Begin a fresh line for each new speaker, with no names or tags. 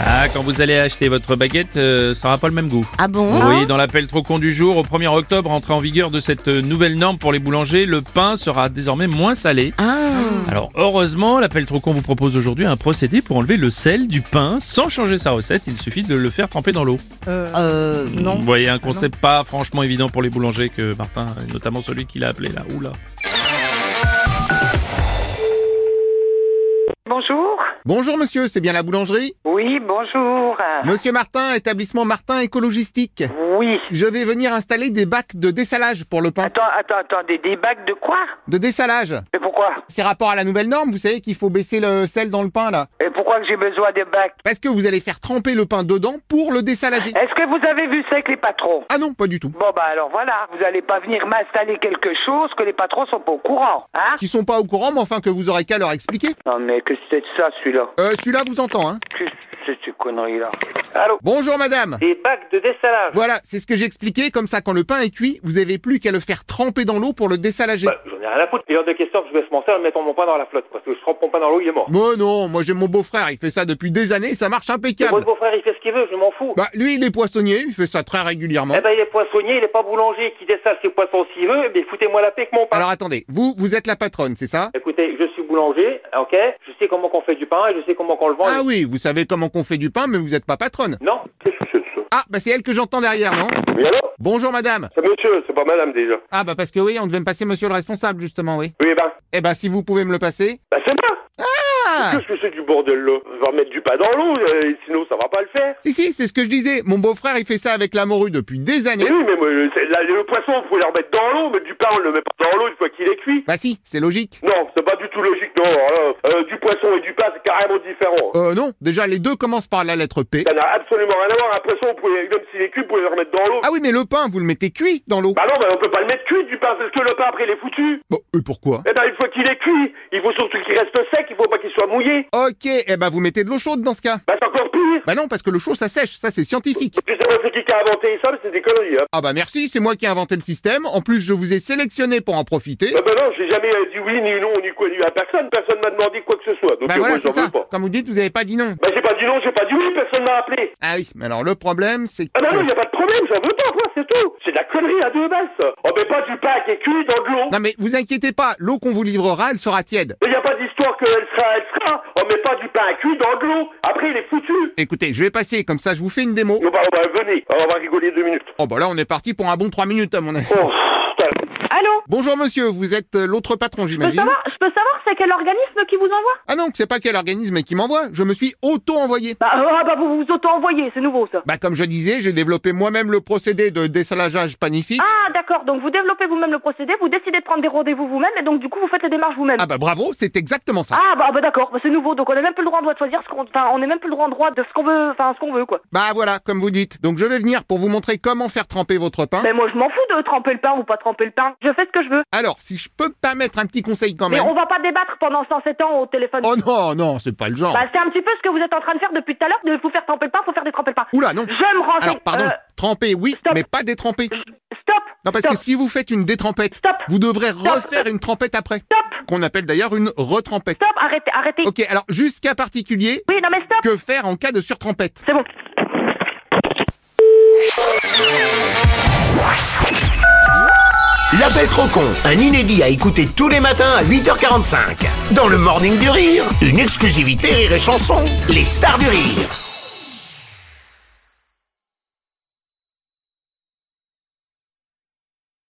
Ah, quand vous allez acheter votre baguette, euh, ça n'aura pas le même goût.
Ah bon
Oui, dans l'appel trop con du jour, au 1er octobre, entrée en vigueur de cette euh, nouvelle norme pour les boulangers, le pain sera désormais moins salé.
Ah.
Alors, heureusement, l'appel trop con vous propose aujourd'hui un procédé pour enlever le sel du pain sans changer sa recette. Il suffit de le faire tremper dans l'eau.
Euh,
Vous voyez, un concept pas franchement évident pour les boulangers que Martin, et notamment celui qui l'a appelé là. Oula.
Bonjour.
Bonjour monsieur, c'est bien la boulangerie
Oui, bonjour.
Monsieur Martin, établissement Martin écologistique.
Oui.
Je vais venir installer des bacs de dessalage pour le pain.
Attends, attends, attendez, des bacs de quoi
De dessalage.
Et pourquoi
C'est rapport à la nouvelle norme, vous savez qu'il faut baisser le sel dans le pain là.
Et pourquoi que j'ai besoin de bacs
Parce que vous allez faire tremper le pain dedans pour le dessalager.
Est-ce que vous avez vu ça avec les patrons
Ah non, pas du tout.
Bon bah alors voilà, vous allez pas venir m'installer quelque chose que les patrons sont pas au courant, hein
Qui sont pas au courant, mais enfin que vous aurez qu'à leur expliquer.
Non mais que c'est ça celui-là
Euh, celui-là vous entend, hein.
Qu'est-ce que c'est ces conneries-là Allô
Bonjour madame.
Des bacs de dessalage
Voilà, c'est ce que j'expliquais, comme ça quand le pain est cuit, vous avez plus qu'à le faire tremper dans l'eau pour le dessalager.
Bah, j'en ai rien à foutre. Et hors de question que je baisse mon sel en mettant mon pain dans la flotte. Parce que je trempe mon pain dans l'eau, il est mort.
Moi non, moi j'ai mon beau-frère, il fait ça depuis des années, ça marche
Mon
impeccable.
beau-frère, il fait ce qu'il veut, je m'en fous.
Bah lui il est poissonnier, il fait ça très régulièrement.
Eh ben, il est poissonnier, il est pas boulanger qui dessale ses poissons s'il veut, mais foutez-moi la paix avec mon pain.
Alors attendez, vous, vous êtes la patronne, c'est ça
Écoutez, je suis boulanger, ok Je sais comment qu'on fait du pain et je sais comment qu'on le vend.
Ah oui, vous savez comment qu'on fait du pain, mais vous n'êtes pas patronne.
Non Qu'est-ce que c'est ça
Ah, bah c'est elle que j'entends derrière, non
Mais alors
Bonjour madame.
C'est monsieur, c'est pas madame déjà.
Ah bah parce que oui, on devait me passer monsieur le responsable, justement, oui.
Oui, ben,
Eh ben si vous pouvez me le passer.
ben c'est moi
Ah
Qu'est-ce que c'est du bordel là On va mettre du pain dans l'eau, euh, sinon ça va pas le faire.
Si, si, c'est ce que je disais, mon beau-frère il fait ça avec la morue depuis des
Mais
années.
oui, mais moi, le- c'est- la- le poisson, vous pouvez le remettre dans l'eau, mais du pain, on le met pas dans l'eau une fois qu'il est cuit.
Bah si, c'est logique.
Non, c'est pas du tout logique, non. hein. Euh, du poisson et du pain, c'est carrément différent.
Euh non, déjà les deux commencent par la lettre P.
Ça n'a absolument rien à voir. Un poisson, vous pouvez, même s'il est cuit, vous pouvez le remettre dans l'eau.
Ah oui, mais le pain, vous le mettez cuit dans l'eau.
Bah non, bah on peut pas le mettre cuit du pain, parce que le pain, après, il est foutu.
Bon, et pourquoi
Eh ben, une fois qu'il est cuit, il faut surtout qu'il reste sec, il faut pas qu'il soit mouillé.
Ok, eh ben vous mettez de l'eau chaude dans ce cas.
Bah c'est encore pire.
Bah non, parce que le chaud ça sèche, ça c'est scientifique.
Je sais pas c'est qui qui a inventé ça, mais c'est des conneries, hein.
Ah bah merci, c'est moi qui ai inventé le système, en plus je vous ai sélectionné pour en profiter.
Bah, bah non, j'ai jamais euh, dit oui, ni non, ni quoi, ni à personne. Personne m'a demandé quoi que ce soit. Donc
Bah
euh,
voilà,
moi, j'en
c'est ça.
veux pas.
Comme vous dites, vous avez pas dit non.
Bah j'ai pas dit non, j'ai pas dit oui, personne m'a appelé.
Ah oui, mais alors le problème c'est que...
Ah bah non, y a pas de problème, j'en veux pas, moi, c'est tout. C'est de la connerie à deux balles, ça. On met pas du pain qui est cuit dans de l'eau.
Non mais vous inquiétez pas, l'eau qu'on vous livrera, elle sera tiède.
Il n'y a pas d'histoire qu'elle sera, elle sera. On met pas du pain cuit dans de l'eau. Après, il est foutu.
Écoutez, je vais passer, comme ça je vous fais une démo.
Non, bah, bah, venez. On va rigoler deux minutes.
Oh bah là on est parti pour un bon 3 minutes à mon avis.
Oh, putain.
Allô
Bonjour monsieur, vous êtes euh, l'autre patron
je peux,
j'imagine
savoir, je peux savoir c'est quel organisme qui vous envoie
Ah non, c'est pas quel organisme qui m'envoie, je me suis auto-envoyé.
bah, ah bah vous vous auto-envoyez, c'est nouveau ça.
Bah comme je disais, j'ai développé moi-même le procédé de dessalage panifique.
Ah d'accord, donc vous développez vous-même le procédé, vous décidez de prendre des rendez-vous vous-même et donc du coup vous faites les démarches vous-même.
Ah bah bravo, c'est exactement ça.
Ah bah, bah, d'accord, bah, c'est nouveau, donc on n'a même plus le droit de choisir ce qu'on, enfin on n'est même plus le droit de droit de ce qu'on veut, enfin ce qu'on veut quoi.
Bah voilà, comme vous dites. Donc je vais venir pour vous montrer comment faire tremper votre pain.
Mais moi je m'en fous de tremper le pain ou pas tremper le pain, je fais ce que je veux.
Alors, si je peux pas mettre un petit conseil quand
Mais
même.
on va pas débattre pendant 107 ans au téléphone.
Oh non, non, c'est pas le genre.
Bah c'est un petit peu ce que vous êtes en train de faire depuis tout à l'heure, de vous faire tremper le pain, faut faire des tremper le pain.
Oula, non.
Je me renseigne.
Alors, pardon,
Euh,
tremper, oui,
stop.
mais pas détremper.
stop.
Non, parce
stop,
que si vous faites une détrempette,
Stop.
vous devrez refaire
Stop.
une trempette après.
Stop.
Qu'on appelle d'ailleurs une retrempette.
stop, arrêtez, arrêtez.
Ok, alors, jusqu'à particulier,
Oui, non mais stop.
que faire en cas de surtrempette
C'est bon.
L'appel trop con, un inédit à écouter tous les matins à 8h45. Dans le Morning du Rire, une exclusivité Rire et Chanson, les stars du rire.